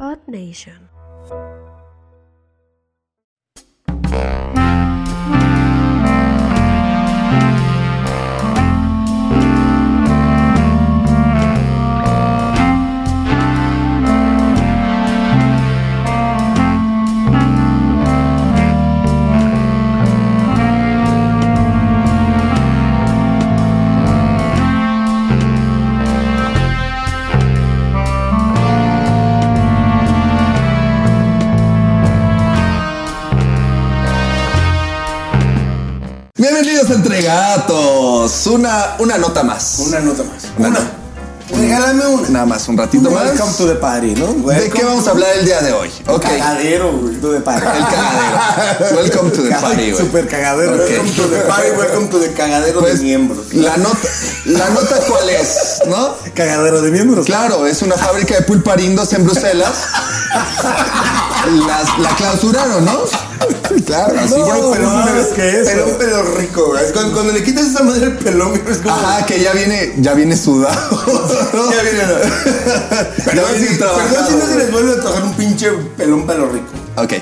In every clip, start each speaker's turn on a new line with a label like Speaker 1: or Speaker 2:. Speaker 1: Earth Nation.
Speaker 2: Bienvenidos a Entre Gatos. Una, una nota más.
Speaker 3: Una nota más.
Speaker 2: Una.
Speaker 3: Regálame una.
Speaker 2: Nada más, un ratito más.
Speaker 3: Welcome to the party, ¿no?
Speaker 2: ¿De qué vamos a hablar el día de hoy?
Speaker 3: Ok. Cagadero, güey. To the party. Ah,
Speaker 2: El cagadero. Welcome to the party, güey.
Speaker 3: Super cagadero.
Speaker 2: Ok.
Speaker 3: Welcome to the party, welcome to the cagadero
Speaker 2: Pues,
Speaker 3: de miembros.
Speaker 2: La nota, la nota cuál es, ¿no?
Speaker 3: Cagadero de miembros.
Speaker 2: Claro, es una fábrica de pulparindos en Bruselas. Las- la clausuraron, ¿no? Claro, así
Speaker 3: No,
Speaker 2: ya.
Speaker 3: pero no sabes qué es,
Speaker 4: Pero
Speaker 3: güey.
Speaker 4: un pelo rico, güey. Es Cuando, cuando le quitas esa madre el pelón, güey, es como.
Speaker 2: Ajá, que ya viene, ya viene sudado. ¿no?
Speaker 4: Ya viene la. Perdón,
Speaker 2: viene
Speaker 4: si,
Speaker 2: trabajado,
Speaker 4: perdón si no se
Speaker 2: güey.
Speaker 4: les vuelve a tocar un pinche pelón pelo rico.
Speaker 2: Ok.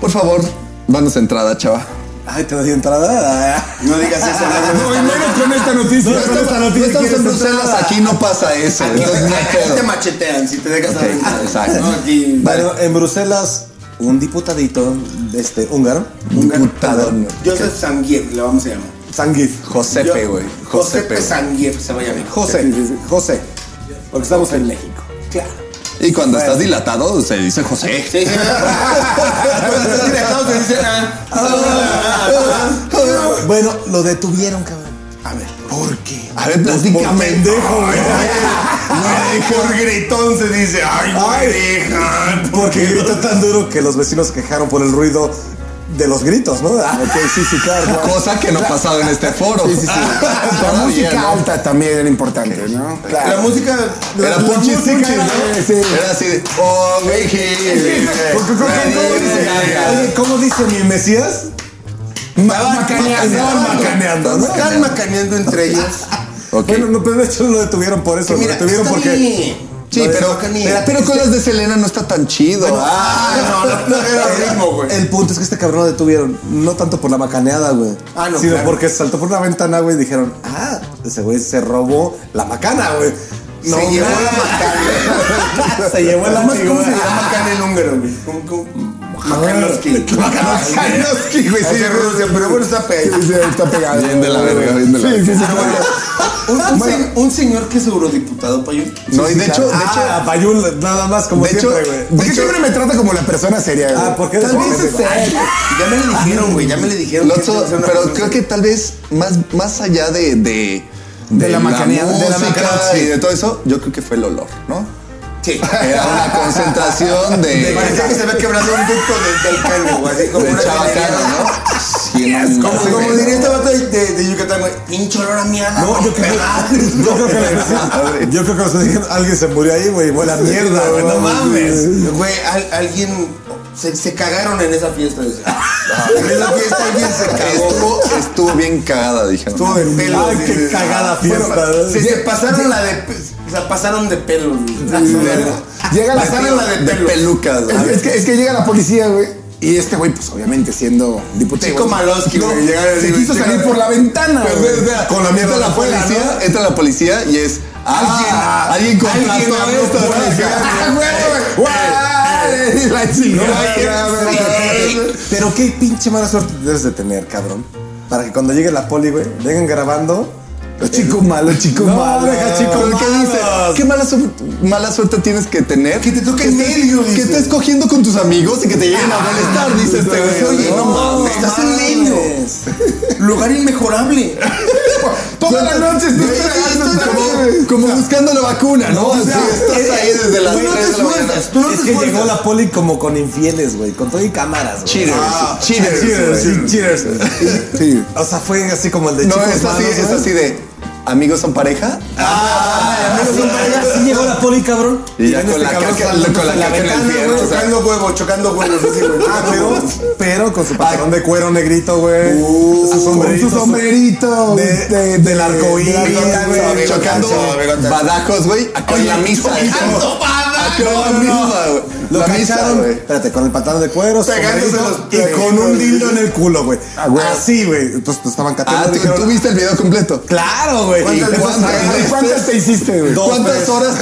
Speaker 2: Por favor, danos entrada, chava.
Speaker 3: Ay, te doy entrada.
Speaker 4: No digas eso, no, no,
Speaker 3: No, y
Speaker 4: no,
Speaker 3: menos con esta noticia.
Speaker 2: No estamos, no estamos en Bruselas, aquí no pasa eso. Entonces no hay
Speaker 4: Ahí te
Speaker 2: pedo.
Speaker 4: machetean si te dejas
Speaker 2: Ok,
Speaker 4: aventar.
Speaker 2: exacto.
Speaker 4: No, aquí.
Speaker 3: Bueno, en Bruselas, un diputadito este, húngaro,
Speaker 2: Diputado.
Speaker 4: Joseph Sanguiev, lo vamos a llamar.
Speaker 3: Sanguif,
Speaker 2: Josepe, güey. Josepe.
Speaker 4: José Sanguiev se va a llamar.
Speaker 3: José, José, porque estamos en México.
Speaker 4: Claro.
Speaker 2: Y cuando estás dilatado, se dice José.
Speaker 4: Sí, sí. Cuando estás directado te dicen. ah, ah, ah, ah, ah.
Speaker 3: Bueno, lo detuvieron, cabrón.
Speaker 4: A ver.
Speaker 3: ¿Por qué?
Speaker 2: A ver, platícame.
Speaker 3: pendejo, güey.
Speaker 4: Por gritón se dice, ay,
Speaker 3: Ay.
Speaker 4: pareja.
Speaker 3: Porque gritó tan duro que los vecinos quejaron por el ruido de los gritos, ¿no? Ah, Ok, sí, sí, claro.
Speaker 2: Cosa que no ha pasado en este foro.
Speaker 3: Sí, sí, sí.
Speaker 2: Todavía,
Speaker 5: La música
Speaker 2: ¿no?
Speaker 5: alta también era importante, ¿no?
Speaker 4: La música.
Speaker 2: Era punchis.
Speaker 5: Sí.
Speaker 2: Era así de. Oh, güey.
Speaker 4: eh,
Speaker 3: ¿Cómo, cómo- cómo dice, oye, ¿cómo dice mi Mesías?
Speaker 4: Estaban
Speaker 3: Estaban macaneando, ¿no?
Speaker 4: Estaban macaneando entre ellos.
Speaker 2: Ok.
Speaker 3: Bueno, no, pero de hecho lo detuvieron por eso.
Speaker 4: Que
Speaker 3: Lo
Speaker 4: mira,
Speaker 3: detuvieron
Speaker 4: está
Speaker 3: porque.
Speaker 4: bien.
Speaker 2: Sí,
Speaker 4: Lo de
Speaker 2: pero,
Speaker 4: Macané.
Speaker 2: pero con las de Selena no está tan chido.
Speaker 4: Ah, no, no, no era ritmo, güey.
Speaker 3: El punto es que este cabrón lo detuvieron, no tanto por la macaneada, güey.
Speaker 4: Ah, no,
Speaker 3: Sino
Speaker 4: claro.
Speaker 3: porque saltó por una ventana, güey, y dijeron, ah, ese güey se robó la macana, güey. No,
Speaker 4: Se llevó
Speaker 3: mames.
Speaker 4: la macana.
Speaker 3: Se llevó la
Speaker 4: Además, ¿Cómo se
Speaker 3: macana. Ah.
Speaker 4: llama macana en húngaro, güey? ¿Cómo- cómo? Makanowski.
Speaker 2: Ah,
Speaker 3: Makanowski.
Speaker 4: Makanowski, güey. Sí,
Speaker 5: Así
Speaker 4: de
Speaker 5: es.
Speaker 4: Rusia, pero bueno, está pegado.
Speaker 5: Sí, sí, está pegado.
Speaker 2: Bien de la verga, bien de la
Speaker 5: Sí, sí, sí.
Speaker 4: Un, un se- un señor que es eurodiputado, Payón.
Speaker 2: No, y de hecho, de hecho,
Speaker 3: Ah, a Payul, nada más, como
Speaker 2: de hecho,
Speaker 3: siempre, güey.
Speaker 2: de
Speaker 5: Porque
Speaker 2: hecho,
Speaker 5: siempre me trata como la persona seria, güey.
Speaker 3: Ah, porque
Speaker 4: Tal vez
Speaker 3: eres
Speaker 4: es serio. Ya me le dijeron, güey. Ya me le dijeron. que
Speaker 2: Lotso,
Speaker 4: es una
Speaker 2: pero
Speaker 4: persona
Speaker 2: creo que tal vez más, más allá de, de,
Speaker 5: De la macaneada, de la
Speaker 2: música
Speaker 5: macaneada, sí.
Speaker 2: y de todo eso, yo creo que fue el olor, ¿no?
Speaker 4: Sí.
Speaker 2: Era una concentración de, de,
Speaker 4: Parecía que se había quebrado un ducto de- del cano, güey. Así como una
Speaker 2: chabacano,
Speaker 4: cañería.
Speaker 2: ¿no? Sí, no, no,
Speaker 4: Como,
Speaker 2: sí,
Speaker 4: como
Speaker 2: pero-
Speaker 4: diría este vato de, de- de Yucatán, güey. Pinche olor a mierda.
Speaker 3: No, yo creo,
Speaker 4: pedazos.
Speaker 3: yo creo que les decían- yo creo que les dijeron, alguien se murió ahí, güey, buena mierda, güey.
Speaker 4: No mames. Güey, al- alguien. Se, se cagaron en esa fiesta. dice. En esa fiesta alguien se cagó.
Speaker 2: Ah, Estuvo, estuvo bien cagada, dijeron.
Speaker 4: Estuvo de pelos.
Speaker 3: Ay, qué
Speaker 4: dice.
Speaker 3: cagada fiesta,
Speaker 4: Bueno,
Speaker 3: ¿eh?
Speaker 4: se, se pasaron la de. O sea, pasaron de pelos. Ah, güey.
Speaker 5: Llega la
Speaker 4: Pasaron la de
Speaker 2: de
Speaker 4: pelos.
Speaker 2: pelucas.
Speaker 5: Es, es que, es que llega la policía, güey. Y este güey, pues obviamente siendo diputado.
Speaker 4: Chico Malosky, güey, llegar a
Speaker 5: Se
Speaker 4: decir,
Speaker 5: quiso
Speaker 4: chico-
Speaker 5: salir por la ventana,
Speaker 2: Pero,
Speaker 5: güey.
Speaker 2: espera, espera,
Speaker 3: Con la mierda
Speaker 2: entra la
Speaker 3: afuera,
Speaker 2: policía, entra la policía y es alguien,
Speaker 5: Ah,
Speaker 2: alguien contrató
Speaker 5: alguien
Speaker 2: a
Speaker 5: habló
Speaker 2: esto.
Speaker 5: por
Speaker 2: ¿no?
Speaker 5: acá.
Speaker 2: Ajá, Ah, güey.
Speaker 5: Guay, La chingada,
Speaker 2: No,
Speaker 5: güey.
Speaker 3: Pero qué pinche mala suerte debes de tener, cabrón. Para que cuando llegue la poli, güey, vengan grabando.
Speaker 5: Los chicos malos, chicos
Speaker 3: No,
Speaker 5: malos.
Speaker 3: deja chicos
Speaker 2: Pero ¿Qué dice?
Speaker 3: malos.
Speaker 2: ¿Qué mala, su- mala suerte tienes que tener? Que
Speaker 4: te toque en
Speaker 2: estés-
Speaker 4: medio,
Speaker 2: Que
Speaker 4: dice.
Speaker 2: estés cogiendo con tus amigos y que te lleguen a molestar, dice este güey. Oye, no mames.
Speaker 4: estás en leño. Lugar inmejorable.
Speaker 5: Toda la noche estoy
Speaker 2: Güey,
Speaker 5: tragando,
Speaker 2: estoy
Speaker 5: güey.
Speaker 2: como, como buscando la vacuna, ¿no? Así estás
Speaker 3: eh,
Speaker 2: ahí desde las
Speaker 4: eh, tú no
Speaker 2: 3
Speaker 4: te
Speaker 2: de la mañana.
Speaker 4: esfuerzas, tú no te
Speaker 3: es que
Speaker 4: esfuerzas.
Speaker 3: llegó la poli como con infieles, güey, con todo y cámaras, güey.
Speaker 2: Cheaters,
Speaker 3: Ah,
Speaker 2: cheaters,
Speaker 3: cheaters,
Speaker 2: güey.
Speaker 3: sí, cheaters.
Speaker 5: Sí.
Speaker 3: O sea, fue así como el de
Speaker 2: No,
Speaker 3: chicos
Speaker 2: es así,
Speaker 3: malos,
Speaker 2: es
Speaker 3: güey.
Speaker 2: así de. ¿Amigos son pareja?
Speaker 3: Ah, no, sí, sí llegó la poli, cabrón.
Speaker 2: Y ya
Speaker 3: viene
Speaker 2: con la
Speaker 3: este cabrón
Speaker 2: caca-
Speaker 3: saltándose
Speaker 2: con la caca en el
Speaker 3: ventana,
Speaker 2: pie,
Speaker 3: güey.
Speaker 2: ¿no? O sea,
Speaker 4: Chocando huevos, chocando huevos. así, güey.
Speaker 3: Ah, pero, pero con su pantalón de cuero negrito, güey.
Speaker 2: Uh,
Speaker 3: su sombrerito.
Speaker 5: Con su sombrerito
Speaker 3: de-
Speaker 5: de,
Speaker 3: del arcoíris,
Speaker 5: del arcoíris,
Speaker 3: güey,
Speaker 5: güey,
Speaker 2: Chocando
Speaker 5: chocando.
Speaker 2: badajos, güey. Acá en la misa. hijo.
Speaker 4: ¡Tanto
Speaker 2: Acá en la
Speaker 4: baba!
Speaker 2: misa, güey.
Speaker 3: Lo
Speaker 5: La misa,
Speaker 3: cacharon,
Speaker 5: güey.
Speaker 3: espérate, con el pantalón de cuero, su
Speaker 4: Pegándose
Speaker 3: sombrerito
Speaker 4: los
Speaker 3: y
Speaker 4: pies,
Speaker 3: con un
Speaker 4: güey.
Speaker 3: dildo en el culo, güey.
Speaker 5: Ah, güey.
Speaker 3: Así, güey. Entonces pues, estaban
Speaker 2: Ah,
Speaker 3: cateando.
Speaker 2: ¿tú,
Speaker 3: dijeron,
Speaker 2: tú viste el video completo.
Speaker 3: Claro, güey.
Speaker 4: ¿Cuántas
Speaker 3: ¿Y
Speaker 4: veces
Speaker 3: ¿Cuántas,
Speaker 4: te-
Speaker 3: cuántas te hiciste, güey?
Speaker 2: Dos, ¿Cuántas
Speaker 3: tres.
Speaker 2: horas?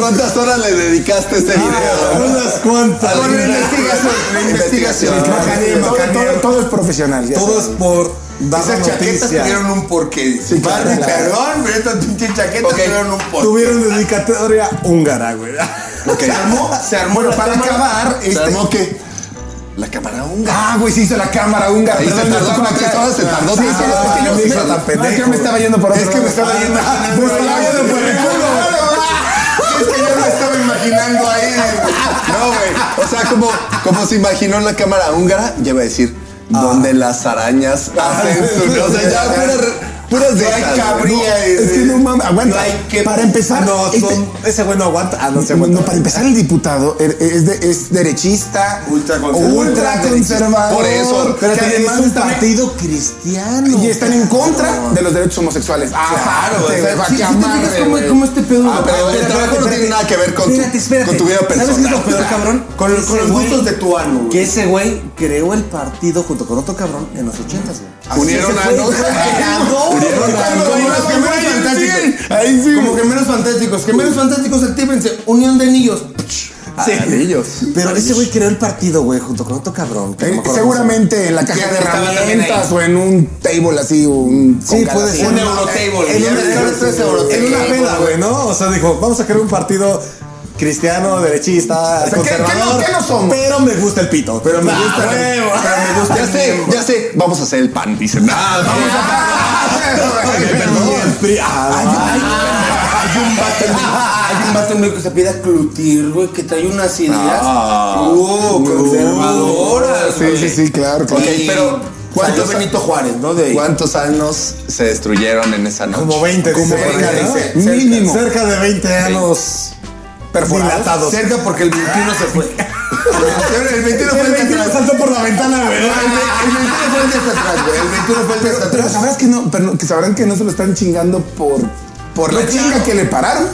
Speaker 2: ¿Cuántas horas le dedicaste a este
Speaker 3: Ah,
Speaker 2: video?
Speaker 3: Unas cuantas.
Speaker 2: Con la investigación, la investigación.
Speaker 3: Macaneo,
Speaker 5: Todo, todo-
Speaker 3: macaneo.
Speaker 5: todo es profesional. ya
Speaker 3: Todos
Speaker 5: saben.
Speaker 3: por dar la
Speaker 4: Esas chaquetas
Speaker 3: noticia.
Speaker 4: tuvieron un porqué. Sí,
Speaker 3: claro,
Speaker 4: Barbie,
Speaker 3: claro.
Speaker 4: perdón, pero estas pinches chaquetas
Speaker 2: Ok.
Speaker 4: tuvieron un porqué.
Speaker 3: Tuvieron dedicatoria húngara, güey.
Speaker 4: Se armó, se armó
Speaker 3: Bueno,
Speaker 4: la
Speaker 3: para
Speaker 4: cámara.
Speaker 3: acabar,
Speaker 2: ¿Se
Speaker 3: este-
Speaker 2: armó qué? La cámara húngara.
Speaker 5: Ah, güey, se hizo la cámara húngara.
Speaker 2: Ahí se
Speaker 5: perdón,
Speaker 2: tardó
Speaker 5: no,
Speaker 2: como tres horas, se tardó
Speaker 5: Sí,
Speaker 2: tres
Speaker 5: sí,
Speaker 2: horas.
Speaker 5: es que yo-
Speaker 2: Ah,
Speaker 5: me-
Speaker 2: hizo
Speaker 5: no,
Speaker 2: tan
Speaker 5: es que
Speaker 2: pendejo.
Speaker 5: me estaba yendo por otro
Speaker 4: Es que me estaba
Speaker 5: lado.
Speaker 4: yendo
Speaker 5: Ah, me estaba yendo por el culo.
Speaker 4: Es que yo lo estaba imaginando ahí.
Speaker 2: No, güey. O sea, como, como se imaginó en la cámara húngara, ya iba a decir,
Speaker 5: Ah.
Speaker 2: donde las arañas hacen su. O sea, ya puras, puras de
Speaker 4: No hay
Speaker 2: esas, güey.
Speaker 4: cabría,
Speaker 2: No,
Speaker 5: eh, Es que no mames, aguanta.
Speaker 4: No hay que-
Speaker 5: Para empezar,
Speaker 3: No,
Speaker 5: este-
Speaker 3: son- ese güey no aguanta. Ah, no se
Speaker 5: no,
Speaker 3: aguanta.
Speaker 5: para empezar, el diputado er- es, de- es derechista,
Speaker 4: Ultra conservador.
Speaker 5: ultra conservador,
Speaker 2: Por eso.
Speaker 5: pero
Speaker 3: que
Speaker 5: además
Speaker 3: es un
Speaker 5: está-
Speaker 3: partido cristiano.
Speaker 5: y están en contra de los derechos homosexuales. Ah, Aparte,
Speaker 4: Claro, o sea,
Speaker 5: güey,
Speaker 4: sí,
Speaker 5: que
Speaker 4: sí te
Speaker 5: amarre,
Speaker 4: fijas cómo-
Speaker 5: güey.
Speaker 4: cómo este pedo-
Speaker 2: Ah, pero el trabajo no tiene nada que ver con tu-
Speaker 3: espérate, espérate.
Speaker 2: con tu vida
Speaker 3: ¿Sabes qué es
Speaker 2: personal?
Speaker 3: lo peor, cabrón?
Speaker 4: Con,
Speaker 3: Ese
Speaker 4: con los
Speaker 3: güey-
Speaker 4: gustos de tu ano.
Speaker 3: Que ese güey creó el partido junto con otro cabrón en los ochentas, güey. Así
Speaker 2: Unieron
Speaker 3: se
Speaker 2: a
Speaker 3: fue,
Speaker 2: los-
Speaker 3: fue creador, güey.
Speaker 4: los gemelos fantásticos.
Speaker 5: Ahí sí.
Speaker 4: Como gemelos fantásticos. Gemelos fantásticos, actívense. Unión de niños.
Speaker 2: Ah, Anillos.
Speaker 3: Pero ese güey creó el partido, güey, junto con otro cabrón. que no me
Speaker 5: Eh,
Speaker 3: acuerdo
Speaker 5: seguramente en la caja
Speaker 4: Que
Speaker 5: de
Speaker 4: estaba también
Speaker 5: herramientas o en un table así, o un
Speaker 3: Sí,
Speaker 5: con
Speaker 3: puede
Speaker 5: cada-
Speaker 3: ser.
Speaker 4: Un Eurotable.
Speaker 3: En una-
Speaker 4: Ya ves, tres Eurotable.
Speaker 3: En una peda, güey, ¿no? O sea, dijo, vamos a crear un partido cristiano, derechista,
Speaker 5: sea, ¿qué-
Speaker 3: conservador.
Speaker 5: qué no- qué no somos?
Speaker 3: Pero me gusta el pito. Ah, Pero me gusta.
Speaker 4: Pero me gusta
Speaker 2: Ah, Ya
Speaker 4: el
Speaker 2: sé,
Speaker 4: miembro.
Speaker 2: ya sé. Vamos a hacer el pan, dicen. Ah, vamos a
Speaker 3: el PRI. Ah,
Speaker 4: Hay un vato, güey, hay un vato güey, que se pide a Clutir, güey, que trae unas ideas.
Speaker 2: Ah.
Speaker 4: uh, conservadoras.
Speaker 5: Sí, sí, sí, claro. claro.
Speaker 2: Ok, pero
Speaker 4: ¿Cuánto
Speaker 2: ¿cuántos,
Speaker 4: Benito Juárez, no? De ahí.
Speaker 2: cuántos años se destruyeron en esa noche?
Speaker 3: Como 20,
Speaker 5: Como
Speaker 3: dice por
Speaker 5: cerca,
Speaker 3: ahí, ¿no?
Speaker 5: dice,
Speaker 3: Mínimo.
Speaker 5: mínimo.
Speaker 3: Cerca de 20 años
Speaker 5: Perforados.
Speaker 3: dilatados.
Speaker 4: Cerca porque el 21 se fue. El 21 fue el
Speaker 3: El
Speaker 4: de
Speaker 3: 21
Speaker 4: atrás.
Speaker 3: saltó por la ventana, güey.
Speaker 4: El ve- el 21 fue el de hasta atrás, güey. El 21 fue el de hasta
Speaker 5: Pero
Speaker 4: atrás.
Speaker 5: sabrás que no, pero que sabrán que no se lo están chingando por, por la
Speaker 4: No,
Speaker 5: chinga
Speaker 4: claro.
Speaker 5: que le pararon.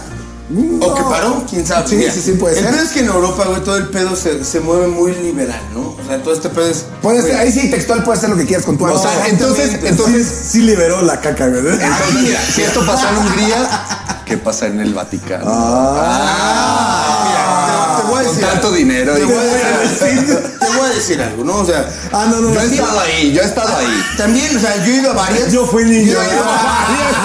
Speaker 4: O que paró, quién sabe.
Speaker 5: Sí,
Speaker 4: Mira,
Speaker 5: sí, sí, puede
Speaker 4: el
Speaker 5: ser.
Speaker 4: pedo es que en Europa, güey, todo el pedo se, se mueve muy liberal, ¿no? O sea, todo este pedo es.
Speaker 5: Puede ser,
Speaker 4: güey,
Speaker 5: ahí sí, textual, puede ser lo que quieras con tu
Speaker 2: O sea,
Speaker 5: alma.
Speaker 2: entonces,
Speaker 4: exactamente.
Speaker 2: entonces,
Speaker 3: Sí liberó la caca, güey.
Speaker 2: entonces, Ah, mira, si esto pasó en Hungría, ¿qué pasa en el Vaticano?
Speaker 4: mira, te, te voy a
Speaker 2: Con
Speaker 4: decir.
Speaker 2: tanto dinero.
Speaker 4: Te
Speaker 2: y-
Speaker 4: voy, a decir algo. Te voy a decir algo, ¿no? O sea,
Speaker 3: Ah, no, no,
Speaker 2: Yo he
Speaker 3: no. sí.
Speaker 2: estado ahí, yo he estado ahí.
Speaker 4: también, o sea, yo he ido a varias.
Speaker 3: Yo fui niño.
Speaker 4: Yo he ido a varias.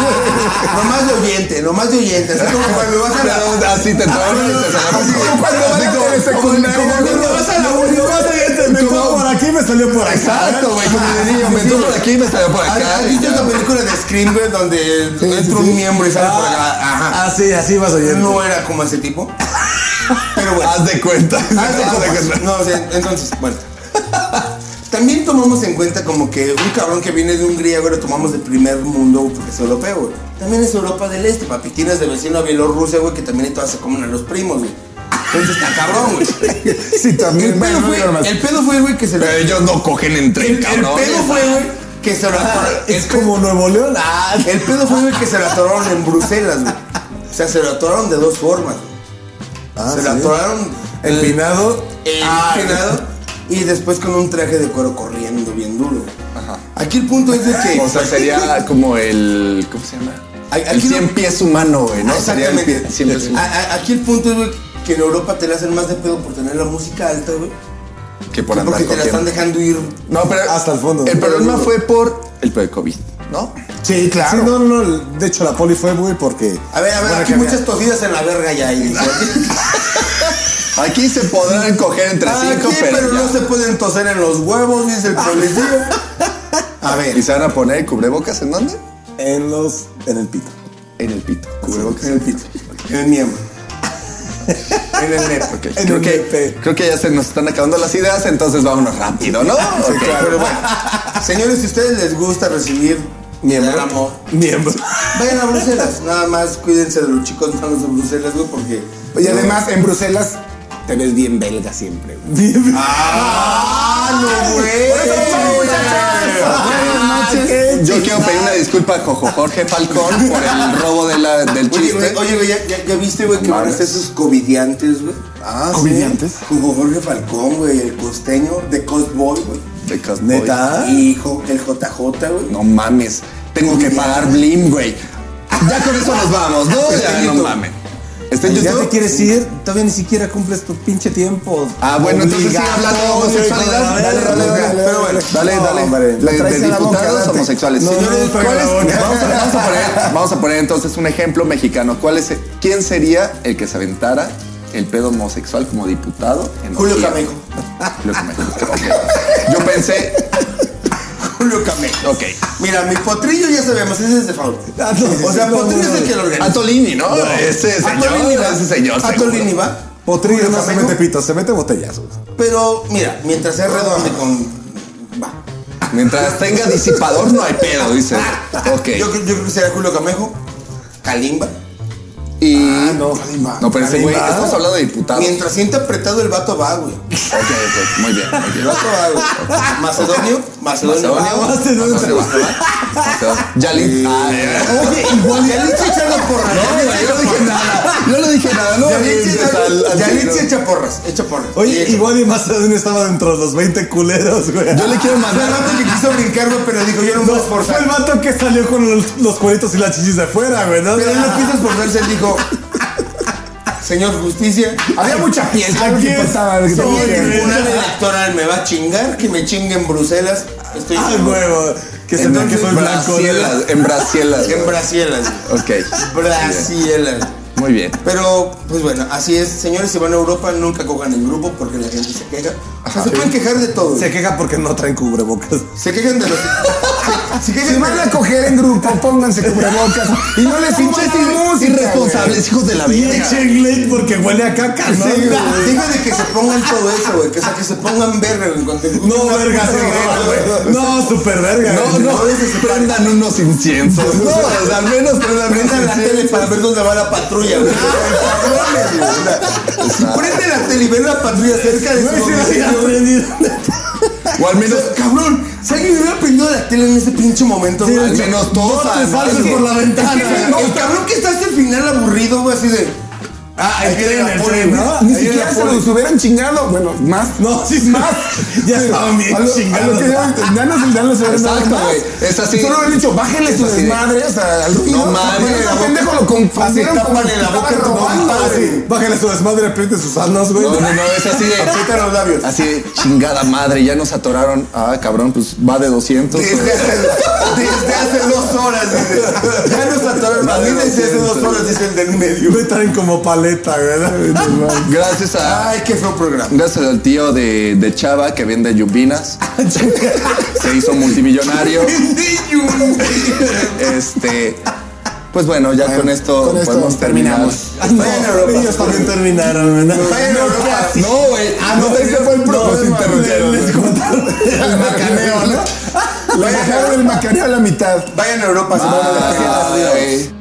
Speaker 4: Nomás de oyente, nomás de oyente. Así como cuando vas a la.
Speaker 2: Así te entraron y te sacaron.
Speaker 4: Así como cuando
Speaker 2: Así
Speaker 4: vas a
Speaker 2: como-
Speaker 4: la secundaria,
Speaker 2: como- como-
Speaker 4: cuando vas a la
Speaker 3: Lo único que me entró por aquí me salió por acá.
Speaker 2: Exacto, güey, como
Speaker 4: Ah,
Speaker 2: de niño, me entró por aquí y me salió por acá.
Speaker 4: ¿Has visto esa película de Scream, güey, donde entra
Speaker 5: sí, sí.
Speaker 4: un miembro y sale por acá? Ajá.
Speaker 3: Ah, Así, así vas oyendo.
Speaker 4: No era como ese tipo. Pero bueno.
Speaker 2: Haz de cuenta.
Speaker 4: Ah, sí,
Speaker 2: Haz de
Speaker 4: pues,
Speaker 2: cuenta.
Speaker 4: No, o sea, entonces, bueno. También tomamos en cuenta como que un cabrón que viene de Hungría, güey, lo tomamos de primer mundo güey, porque es europeo, güey. También es Europa del Este, papi. Tienes de vecino a Bielorrusia, güey, que también ahí todas se comen a los primos, güey. Entonces está cabrón, güey.
Speaker 5: Sí, también.
Speaker 4: El pedo
Speaker 5: bueno, no, no, no.
Speaker 4: fue, el pedo fue, güey, que se lo...
Speaker 2: Pero
Speaker 4: El,
Speaker 2: ellos no cogen entre
Speaker 4: el
Speaker 2: cabrones.
Speaker 4: pedo fue, güey, que se lo...
Speaker 3: Es
Speaker 4: el pedo-
Speaker 3: como Nuevo León. Ah,
Speaker 4: el pedo fue güey, que se lo atoraron en Bruselas, güey. O sea, se lo atoraron de dos formas. güey.
Speaker 3: Ah,
Speaker 4: se
Speaker 3: sí.
Speaker 4: lo atoraron
Speaker 3: Empinado.
Speaker 4: ah, el peinado y después con un traje de cuero corriendo bien duro.
Speaker 2: Ajá.
Speaker 4: Aquí el punto es de que.
Speaker 2: O sea, sería como el. ¿Cómo se llama?
Speaker 4: Ay,
Speaker 2: El
Speaker 4: aquí no-
Speaker 2: 100 pies humano, güey, ¿no? Sería el
Speaker 4: Exactamente.
Speaker 2: pie- 100 pies
Speaker 4: A-
Speaker 2: humano.
Speaker 4: a- aquí el punto es güey, que en Europa te la hacen más de pedo por tener la música alta, güey.
Speaker 2: Que por andar
Speaker 4: Ah, Porque te la están
Speaker 2: cogiendo.
Speaker 4: dejando ir.
Speaker 2: No, pero.
Speaker 3: Hasta el fondo.
Speaker 2: El problema fue por el pedo de COVID, ¿no?
Speaker 3: Sí, claro. no, no, no. De hecho, la poli fue, güey, porque.
Speaker 4: A ver, a ver,
Speaker 3: Bueno,
Speaker 4: aquí
Speaker 3: que
Speaker 4: muchas
Speaker 3: mira.
Speaker 4: tosidas en la verga ya hay.
Speaker 2: Aquí se podrán coger entre cinco,
Speaker 4: Aquí,
Speaker 2: pero.
Speaker 4: Ah, pero
Speaker 2: ya.
Speaker 4: no se pueden toser en los huevos, dice el policía. A ver.
Speaker 2: ¿Y se van a poner cubrebocas en dónde?
Speaker 3: En los. En el pito.
Speaker 2: En el pito. Cubrebocas
Speaker 4: En el pito. En el miembro. En el nepe.
Speaker 2: Ok,
Speaker 3: En
Speaker 2: Creo
Speaker 3: el
Speaker 2: que,
Speaker 3: nepe.
Speaker 2: creo que ya se nos están acabando las ideas, entonces vámonos rápido, ¿no? Ok.
Speaker 4: Pero bueno, señores, si a ustedes les gusta recibir miembro, amor,
Speaker 3: Miembro.
Speaker 4: vayan a Bruselas. Nada más cuídense de los chicos malos de Bruselas, güey, porque.
Speaker 5: Y además, en Bruselas te ves bien belga siempre. güey.
Speaker 3: Miembro.
Speaker 4: ¡Ah! ¡Mano, güey!
Speaker 5: Buenas noches.
Speaker 2: Yo quiero pedir una disculpa a Jojo Jorge Falcón por el robo de la- del
Speaker 4: Oye,
Speaker 2: chiste.
Speaker 4: güey, oye, güey, ya, ya- ya viste, güey, que van a
Speaker 2: Mames.
Speaker 4: hacer sus covidiantes, güey.
Speaker 5: Ah, sí. ¿Comediantes?
Speaker 4: Como Jorge Falcón, güey, el costeño de Cosboy, güey.
Speaker 2: De Cosboy.
Speaker 3: ¿Neta?
Speaker 4: Y jo- el JJ, güey.
Speaker 2: No mames. Tengo que pagar Blim, güey. Ya con eso nos vamos, ¿no?
Speaker 4: Está
Speaker 2: Ya,
Speaker 4: en
Speaker 2: no
Speaker 4: YouTube.
Speaker 2: mames. ¿Está en
Speaker 3: ¿Ya
Speaker 2: YouTube?
Speaker 3: te quieres ir? Todavía ni siquiera cumples tu pinche tiempo.
Speaker 2: Ah, bueno, entonces sigue
Speaker 3: Obligatorio,
Speaker 2: hablando de homosexualidad.
Speaker 3: hijo de la
Speaker 2: Dale,
Speaker 3: verga.
Speaker 2: dale, dale. Pero bueno, dale,
Speaker 3: No,
Speaker 2: dale.
Speaker 3: hombre, la
Speaker 2: De-
Speaker 3: traes
Speaker 2: de
Speaker 3: en la boca,
Speaker 2: diputados
Speaker 3: date.
Speaker 2: homosexuales.
Speaker 3: No,
Speaker 2: Señores,
Speaker 3: no, no,
Speaker 2: ¿cuál es-
Speaker 3: no.
Speaker 2: Vamos a vamos a poner- vamos a poner entonces un ejemplo mexicano. ¿Cuál es, ¿Quién sería el que se aventara el pedo homosexual como diputado? en
Speaker 4: Julio
Speaker 2: Ortiz?
Speaker 4: Camejo.
Speaker 2: Julio Camejo. ok. Yo pensé,
Speaker 4: Julio Camejo.
Speaker 2: ok.
Speaker 4: Mira, mi potrillo ya sabemos, ese es de Faul.
Speaker 3: Ah, no,
Speaker 4: o sea,
Speaker 3: no,
Speaker 4: potrillo
Speaker 3: no,
Speaker 4: es el
Speaker 3: no.
Speaker 4: que lo organiza.
Speaker 2: Atolini, ¿no? Ese señor.
Speaker 4: Atolini va.
Speaker 2: Ese señor. seguro.
Speaker 4: Atolini va.
Speaker 3: Potrillo
Speaker 4: Julio
Speaker 3: no se
Speaker 4: Camejo.
Speaker 3: mete pito, se mete botellazos.
Speaker 4: Pero mira, mientras sea redondo con. Va.
Speaker 2: Mientras tenga disipador no hay pedo, dice. Ok.
Speaker 4: Yo, creo- yo creo que será Julio Camejo, Kalimba.
Speaker 2: Y...
Speaker 4: Ah,
Speaker 3: no,
Speaker 2: No, pero ese güey,
Speaker 3: Kalimba.
Speaker 2: estamos hablando de diputados. Ok,
Speaker 4: Mientras sienta apretado el vato va, güey.
Speaker 2: ok, muy bien, muy
Speaker 4: El
Speaker 2: bien.
Speaker 4: vato va, güey. Macedonio, Macedonio.
Speaker 2: Macedonio.
Speaker 4: va.
Speaker 3: Macedonio.
Speaker 4: Macedonio va.
Speaker 2: Yalin. Ah,
Speaker 4: Oye, igual Yalitza echa las porras.
Speaker 2: Yo no dije nada. Yo no dije nada. No,
Speaker 4: Yalitza
Speaker 2: empieces al-
Speaker 4: echa-
Speaker 2: al-
Speaker 4: Yalitza echa porras. Echa porras.
Speaker 3: Oye,
Speaker 4: Sí, echa-
Speaker 3: igual y Macedonio estaba dentro de los 20 culeros, güey.
Speaker 2: Yo le quiero
Speaker 4: Fue el
Speaker 2: mandar.
Speaker 4: vato que quiso brincar, güey, pero dijo, yo no me voy a
Speaker 3: Fue
Speaker 4: esforzar.
Speaker 3: el vato que salió con los, los cueritos y las chichis de fuera, güey. ¿no?
Speaker 4: Pero él no quiso esforzarse, él dijo, señor justicia, había mucha pieza.
Speaker 3: Aquí
Speaker 5: ¿Qué
Speaker 3: es-
Speaker 5: pasaba? ¿Qué
Speaker 4: Soy
Speaker 5: pasaba?
Speaker 4: el tribunal electoral, me va a chingar, que me chingue en Bruselas. Estoy
Speaker 3: Ah,
Speaker 4: seguro.
Speaker 3: huevo. Que se
Speaker 2: En,
Speaker 3: ve que soy blanco.
Speaker 2: bracielas, en bracielas.
Speaker 4: En Brasielas.
Speaker 2: Ok.
Speaker 4: Brasielas.
Speaker 2: Muy bien.
Speaker 4: Pero, pues bueno, así es. Señores, si van a Europa, nunca cojan en grupo porque la gente se queja. O sea, se pueden quejar de todo.
Speaker 3: Se
Speaker 4: Se,
Speaker 3: queja porque no traen cubrebocas.
Speaker 4: quejan de los... Se, se
Speaker 5: Si
Speaker 4: quejan
Speaker 5: van a
Speaker 4: de...
Speaker 5: coger en grupo, pónganse cubrebocas y no les pinches música.
Speaker 2: irresponsables, hijos de la
Speaker 3: Y
Speaker 2: vida.
Speaker 3: echen Glade porque huele a caca, ¿no?
Speaker 4: Sí, güey. Deja de que se pongan todo eso, güey. Que, o sea, que se pongan verga, güey. cuando te-
Speaker 3: No,
Speaker 4: una
Speaker 3: verga,
Speaker 4: puta
Speaker 3: sí,
Speaker 4: regadera, güey.
Speaker 3: güey. No, super verga.
Speaker 2: No,
Speaker 3: güey.
Speaker 2: no, prendan unos inciensos. No, o sea, al menos prendan
Speaker 4: Prendan la tele para ver dónde va la patrulla, güey. Cabrones, güey. O sea, Si prende la tele y ve la patrulla cerca de su
Speaker 3: Güey, se
Speaker 4: domicilio,
Speaker 3: la había
Speaker 4: güey.
Speaker 3: aprendido.
Speaker 2: O al menos,
Speaker 4: Cabrón, si alguien hubiera prendido la tele en ese pinche momento, güey.
Speaker 2: al menos todos
Speaker 3: No te saltes
Speaker 4: Es que-
Speaker 3: por la ventana.
Speaker 4: es que, güey, el cabrón que está hasta el final aburrido, güey, así de.
Speaker 3: Ah, ahí
Speaker 4: viene
Speaker 3: viene
Speaker 4: la
Speaker 3: el
Speaker 4: poli,
Speaker 3: tren, ¿no?
Speaker 5: Ni
Speaker 3: Ahí viene
Speaker 5: siquiera
Speaker 3: la
Speaker 5: se
Speaker 3: poli.
Speaker 5: los hubieran chingado. Bueno, más.
Speaker 3: No, sin más. Ya estaban
Speaker 5: A
Speaker 3: bien
Speaker 5: lo- A lo
Speaker 3: chingados.
Speaker 5: que ya, ya no se- ya no se ven nada
Speaker 2: Exacto,
Speaker 5: más.
Speaker 2: güey. Es así.
Speaker 5: Solo han dicho, bájenle su
Speaker 2: así de-
Speaker 5: desmadre hasta al ruido.
Speaker 2: No mames.
Speaker 5: Pero ese pendejo lo confundieron
Speaker 4: Así,
Speaker 5: con
Speaker 4: tápale la boca a tu
Speaker 5: robando,
Speaker 4: compadre.
Speaker 5: güey.
Speaker 3: Bájale su desmadre, apriete sus alas, güey.
Speaker 2: No, no, no, es así de.
Speaker 4: Aprieta los labios.
Speaker 2: Así de chingada madre, ya nos atoraron. Ah, cabrón, pues va de 200.
Speaker 4: Desde hace, desde hace dos horas, dice. Ya nos atoraron. A mí desde hace dos horas, dice el del medio.
Speaker 3: Me traen como paleta, güey.
Speaker 2: Gracias a.
Speaker 4: Ay, qué feo programa.
Speaker 2: Gracias al tío de, de Chava que vende yubinas. Se hizo multimillonario. Este. Pues bueno, ya con esto,
Speaker 5: con esto
Speaker 2: podemos terminar.
Speaker 5: terminamos.
Speaker 3: Ah,
Speaker 4: Vayan a Europa.
Speaker 3: ellos también terminaron, güey.
Speaker 4: Vayan a Europa.
Speaker 2: No, güey. Ah, no, ese fue el
Speaker 3: Los
Speaker 2: propósito.
Speaker 3: interrumpieron. Les contaron.
Speaker 5: El macaneo, ¿no? Lo dejaron el macaneo a la mitad.
Speaker 4: Vayan a Europa, se van a la
Speaker 2: Ay.